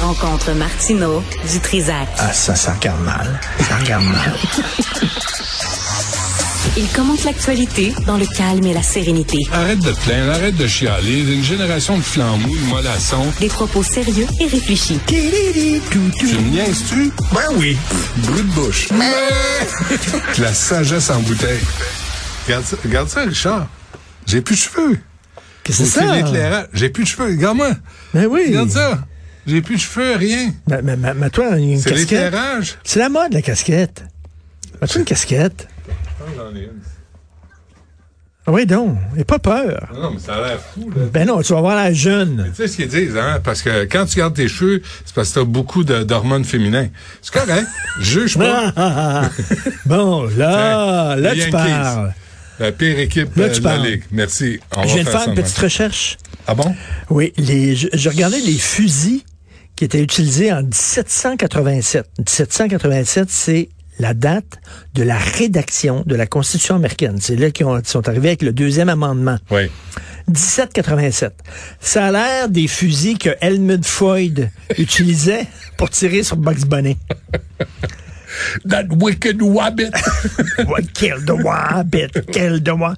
rencontre Martino du Trisac. Ah, ça, ça regarde mal. Ça regarde mal. Il commente l'actualité dans le calme et la sérénité. Arrête de te plaindre, arrête de chialer. Une génération de flambouilles, de mollassons. Des propos sérieux et réfléchis. Tu me niaises-tu? Ben oui. Brut de bouche. De la sagesse en bouteille. Regarde ça, regarde ça Richard. J'ai plus de cheveux. Qu'est-ce que Aucune c'est ça? éclairage. J'ai plus de cheveux. Regarde-moi. Ben oui. Ben, Regarde ça. J'ai plus de cheveux, rien. Mais, mais- mais- mais toi, une C'est casquette. l'éclairage. C'est la mode, la casquette. As-tu une casquette? J'en ai une. Ah Oui, donc. Et pas peur. Ah Non, mais ça a l'air fou, là. Ben non, tu vas voir la jeune. Tu sais ce qu'ils disent, hein? Parce que quand tu gardes tes cheveux, c'est parce que t'as beaucoup de- d'hormones féminines. C'est correct. Juge pas. Ah, ah, ah. bon, là, Ah, là, Hein? Les tu Yankees. parles. La pire équipe Là, euh, tu de la parles. Ligue. Merci. On Je va viens de faire ça une demain. petite recherche. Ah bon? Oui, les, je, je regardais les fusils qui étaient utilisés en 1787. 1787, c'est la date de la rédaction de la Constitution américaine. C'est là qu'ils ont- qu'ils sont arrivés avec le deuxième amendement. Oui. 1787. Ça a l'air des fusils que Helmut Freud utilisait pour tirer sur Bugs Bunny. That wicked wabbit. Ouais, kill the rabbit, kill the wa-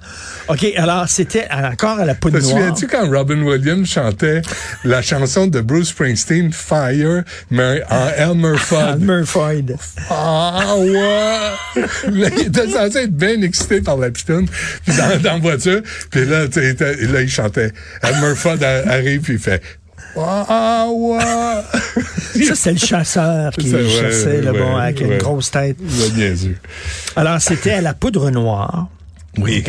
OK, alors c'était à- encore à la peau de Te noir. souviens-tu quand Robin Williams chantait la chanson de Bruce Springsteen, Fire, mais en Ah, Elmer Fudd? Helmut Freud. Ah ouais! Là, il était censé être bien excité par la pitoune, puis dans, dans la voiture, puis là, tu sais, il était- là, il chantait. Elmer Fudd a- arrive, puis il fait Ah ouais! Ça, c'est le chasseur qui Ça, ouais, chassait, le ouais, bon, avec une ouais. grosse tête. Le niaiseux. Alors, c'était à la poudre noire. Oui.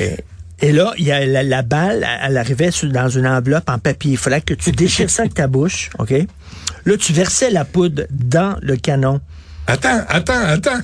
Et là, il y a la, la balle, elle- elle arrivait sous- dans une enveloppe en papier. Il fallait que tu déchires ça avec ta bouche, OK? Là, tu versais la poudre dans le canon. Attends, attends, attends.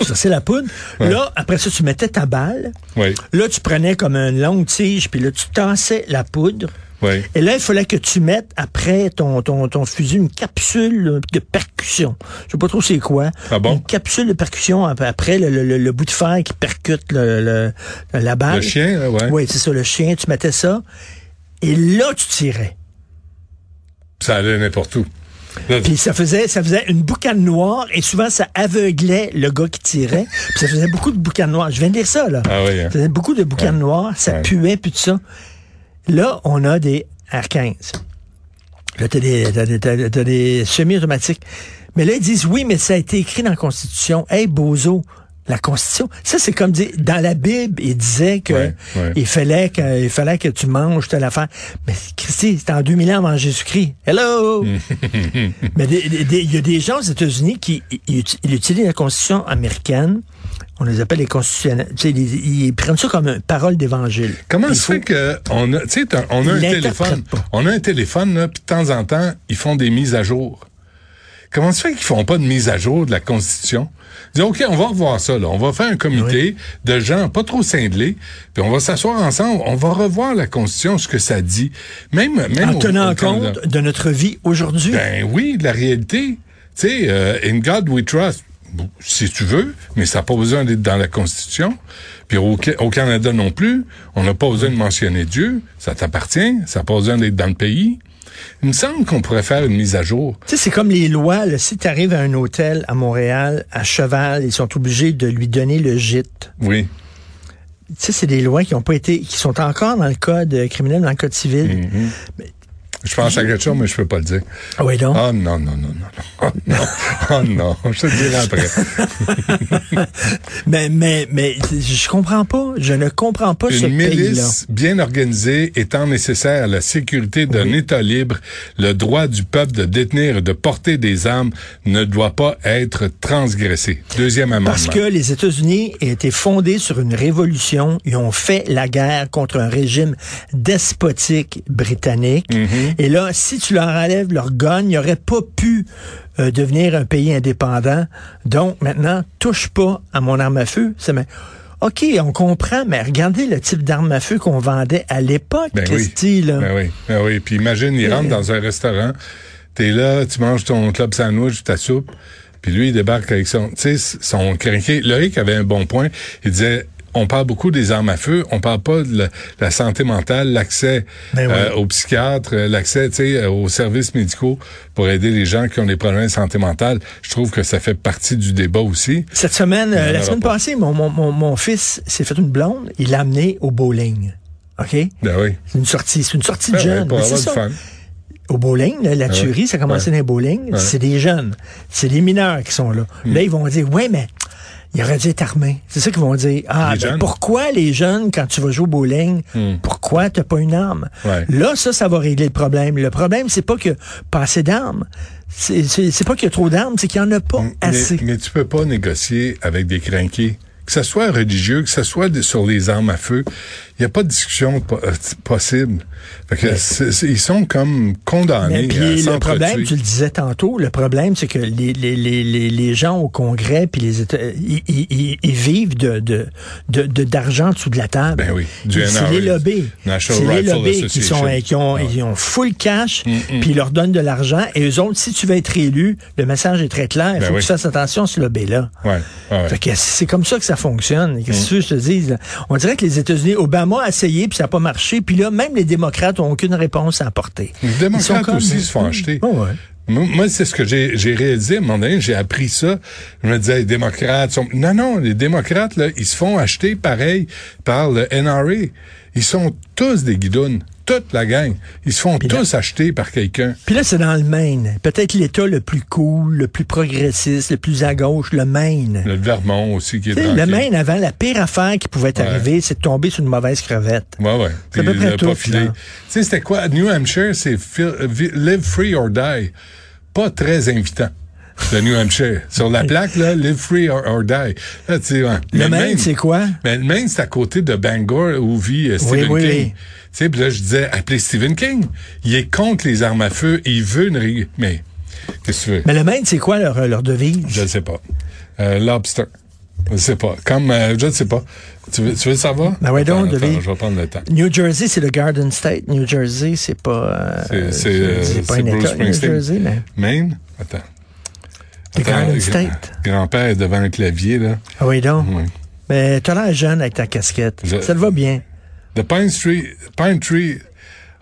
Tu versais la poudre. Là, après ça, tu mettais ta balle. Oui, Là, tu prenais comme une longue tige, puis là, tu tassais la poudre. oui. Et là, il fallait que tu mettes après ton, ton, ton fusil une capsule de percussion. Je sais pas trop c'est quoi. Ah bon? Une capsule de percussion ap- après le, le- le- le bout de fer qui percute le, le- la balle. Le chien, hein? là, ouais. Oui, c'est ça, le chien. Tu mettais ça. Et là, tu tirais. Ça allait n'importe où. Là, Puis ça faisait, ça faisait une boucane noire et souvent ça aveuglait le gars qui tirait. puis ça faisait beaucoup de boucanes noires. Je viens de dire ça, là. Ah oui, hein. Ça faisait beaucoup de boucanes noires, ça Ouais. puait, puis tout ça. Là, on a des R15. Là, t'as des, t'as des, t'as- t'as des semi-automatiques. Mais là, ils disent, oui, mais ça a été écrit dans la Constitution. Hey, bozo, la Constitution, ça, c'est comme dire, dans la Bible, il disait que Ouais, ouais. il fallait que, il fallait que tu manges telle affaire. Mais Christy, c'était en 2000 ans avant Jésus-Christ. Hello! Mm. mais des- des- des- il y a des gens aux États-Unis qui ils- ils ils utilisent la Constitution américaine. On les appelle les constitutionnels. Tu sais, Ils, ils prennent ça comme une parole d'évangile. Comment Il se faut- fait que on a, tu sais, t'as- on a un Ils téléphone, l'interprètent pas. on a un téléphone là, puis de temps en temps, ils font des mises à jour. Comment se fait qu'ils font pas de mise à jour de la Constitution Ils disent, ok, on va revoir ça là, on va faire un comité de gens pas trop cinglés, puis on va s'asseoir ensemble, on va revoir la Constitution, ce que ça dit, même même En au- tenant au Canada. compte de notre vie aujourd'hui. Ben oui, de la réalité. Tu sais, euh, In God We Trust, bon, si tu veux, mais ça n'a pas besoin d'être dans la Constitution. Puis au, Ca- au Canada non plus, on n'a pas besoin de mentionner Dieu. Ça t'appartient. Ça n'a pas besoin d'être dans le pays. Il me semble qu'on pourrait faire une mise à jour. Tu sais, c'est comme les lois. Là. Si tu arrives à un hôtel à Montréal, à cheval, ils sont obligés de lui donner le gîte. Oui. Tu sais, c'est des lois qui ont pas été, qui sont encore dans le code criminel, dans le code civil. Mm. Je pense à quelque chose, mais je peux pas le dire. Ah oui, donc. Ah non, non, non, non, non. Oh non, oh, non. je te le dirai après. Mais, mais, mais, je comprends pas. Je ne comprends pas ce Une pays-là. milice bien organisée étant nécessaire à la sécurité d'un État libre, le droit du peuple de détenir et de porter des armes ne doit pas être transgressé. Deuxième amendement. Parce que les États-Unis étaient fondés sur une révolution. Ils ont fait la guerre contre un régime despotique britannique. Mm-hmm. Et là, si tu leur enlèves leur gun, ils n'auraient pas pu euh, devenir un pays indépendant. Donc, maintenant, touche pas à mon arme à feu. C'est ma- OK, on comprend, mais regardez le type d'arme à feu qu'on vendait à l'époque, ben oui. Christy, là. Ben oui. Ben oui. Puis imagine, il rentre dans un restaurant, t'es là, tu manges ton club sandwich, ta soupe, puis lui, il débarque avec son, tu sais, son crinqué. Loïc avait un bon point. Il disait, on parle beaucoup des armes à feu, on parle pas de la, la santé mentale, l'accès Ben oui. euh, aux psychiatres, euh, l'accès tu sais, euh, aux services médicaux pour aider les gens qui ont des problèmes de santé mentale. Je trouve que ça fait partie du débat aussi. Cette semaine, euh, en la aura semaine pas. passée, mon, mon, mon, mon fils s'est fait une blonde. Il l'a amené au bowling. OK? Ben oui. C'est une sortie. C'est une sortie de Ben jeunes. oui, pour Mais c'est avoir du ça. fun. Ah Au bowling, là, la tuerie, ça a commencé dans les bowling. C'est des jeunes. C'est les mineurs qui sont là. Hmm. Là, ils vont dire, ouais, mais il aurait dû être armé. C'est ça qu'ils vont dire. Ah, Les ben, jeunes. Hmm. pourquoi les jeunes, quand tu vas jouer au bowling, pourquoi t'as pas une arme? Ouais. Là, ça, ça va régler le problème. Le problème, c'est pas que pas assez d'armes. C'est c'est- c'est pas qu'il y a trop d'armes, c'est qu'il y en a pas assez. Hmm. Mais, mais tu peux pas négocier avec des crinqués. Que ce soit religieux, que ce soit de- sur les armes à feu, il n'y a pas de discussion po- euh, possible. Fait que c'est- c'est- ils sont comme condamnés Mais puis à le problème, s'entretuer. tu le disais tantôt, le problème, c'est que les, les, les, les, les gens au Congrès puis les États, ils, ils- ils- ils vivent de de de de- d'argent sous de la table. Ben oui, du c'est NRA, les lobbies, National c'est les Rifle lobbies qui sont Association. Mm, qui ont ils ont full cash puis ils leur donnent de l'argent et eux autres, si tu veux être élu, le message est très clair. Il Ben faut que oui. tu fasses attention à ce lobby là. Ouais, ouais. Fait que c'est comme ça que ça fonctionne. Qu'est-ce que tu veux que je te dise? là? On dirait que les États-Unis, Obama a essayé, puis ça n'a pas marché. Puis là, même les démocrates n'ont aucune réponse à apporter. Les Ils démocrates sont comme- aussi se font acheter. Oh, ouais. Moi, moi, c'est ce que j'ai j'ai réalisé. À un moment donné, j'ai appris ça. Je me disais, les démocrates sont... Non, non, les démocrates, là, ils se font acheter pareil par le NRA. Ils sont tous des guidounes. Toute la gang. Ils se font tous acheter par quelqu'un. Puis là, c'est dans le Maine. Peut-être l'État le plus cool, le plus progressiste, le plus à gauche, le Maine. Le Vermont aussi qui est Tu sais, Le tranquille. Maine, avant, la pire affaire qui pouvait arriver, c'est de tomber sur une mauvaise crevette. Ouais, ouais. C'est à Puis peu près le tout, profilé. là. Tu sais, c'était quoi? New Hampshire, c'est fi- euh, vi- Live Free or Die. Pas très invitant. Le New Hampshire. Sur la plaque, là, Live Free or, or Die. Là, tu sais, ouais. Mais Le Maine, c'est quoi? Mais le Maine, c'est à côté de Bangor où vit euh, Stephen oui, King. oui. Tu sais, puis là, je disais, appelez Stephen King. Il est contre les armes à feu et il veut une ré- Mais, qu'est-ce que tu veux? Mais le Maine, c'est quoi leur, leur Je devise? ne sais pas. Euh, lobster. Je ne sais pas. Comme, euh, je ne sais pas. Tu veux, tu veux le savoir? Ben ouais, donc, Attends, David. attends, Je vais prendre le temps. New Jersey, c'est le Garden State. New Jersey, c'est pas... euh, C'est- C'est euh, c'est pas c'est un Bruce État, New Springsteen. Jersey, mais... Maine? Attends. The Attends, Garden le State. grand- Grand-père est devant un clavier, là. Ah oui, donc. Oui. Mais t'as l'air jeune avec ta casquette. Je- Ça te va bien. The Pine Tree... Pine Tree...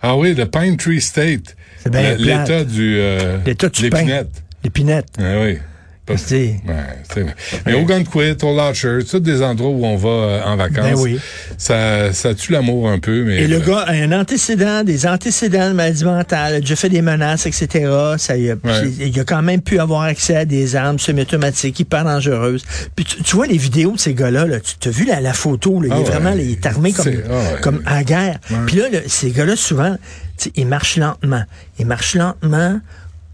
Ah oui, le Pine Tree State. C'est bien Le- plate. L'état du... euh, L'état du pain. l'épinette. L'épinette. Ah oui. Pas- C'est- Ouais, c'est- Mais au Gunquit, au Larcher, tous des endroits où on va euh, en vacances. Ben oui. Ça, ça tue l'amour un peu, mais... Et le euh, gars a un antécédent, des antécédents de maladie mentale, a déjà fait des menaces, etc. Ça, il, a, Ouais. il a quand même pu avoir accès à des armes semi-automatiques hyper dangereuses. Puis tu, tu vois les vidéos de ces gars-là, là, tu as vu la, la photo, là, il Ah est ouais. vraiment là, il est armé comme, C'est- ah ouais. comme à guerre. Puis là, là, ces gars-là, souvent, tu sais, ils marchent lentement. Ils marchent lentement.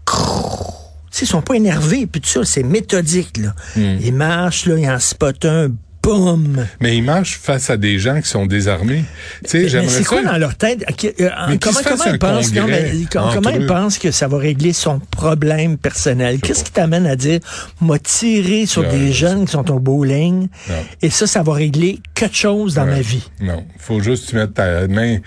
Crrrr. Tu sais, Ils sont pas énervés, puis tout ça, c'est méthodique. Là. Hmm. Ils marchent, là, ils en spotent un, boum! Mais il marche face à des gens qui sont désarmés. Tu sais, Mais j'aimerais c'est quoi ça- dans leur tête? Euh, qui- euh, Mais qu'ils comment se fassent comment ils un pensent? non, mais congrès ils- com- entre comment ils eux. pensent que ça va régler son problème personnel? Qu'est-ce qui t'amène à dire, m'a tiré sur Ouais, des je jeunes qui sont au bowling et ça, ça va régler quelque chose dans ma vie? Non, faut juste que tu mettes ta main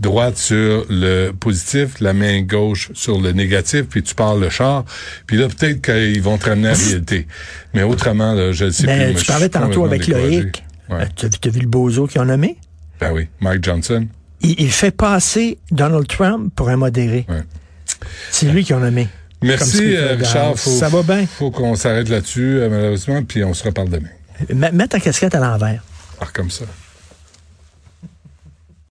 droite sur le positif, la main gauche sur le négatif, puis tu parles le char. Puis là, peut-être qu'ils vont te ramener à la réalité. Mais autrement, là, je ne sais Mais plus. Ben, tu parlais tantôt avec Loïc. Loïc. Euh, T'as vu- t'as vu le bozo qu'ils ont nommé? Ben oui, Mike Johnson. Il, il fait passer Donald Trump pour un modéré. Ouais. C'est lui qui a nommé. Comme Merci, speaker euh, de Richard. House. Faut, Ça va bien? Faut qu'on s'arrête là-dessus, euh, malheureusement, puis on se reparle demain. M- Mets ta casquette à l'envers. Ah, comme ça.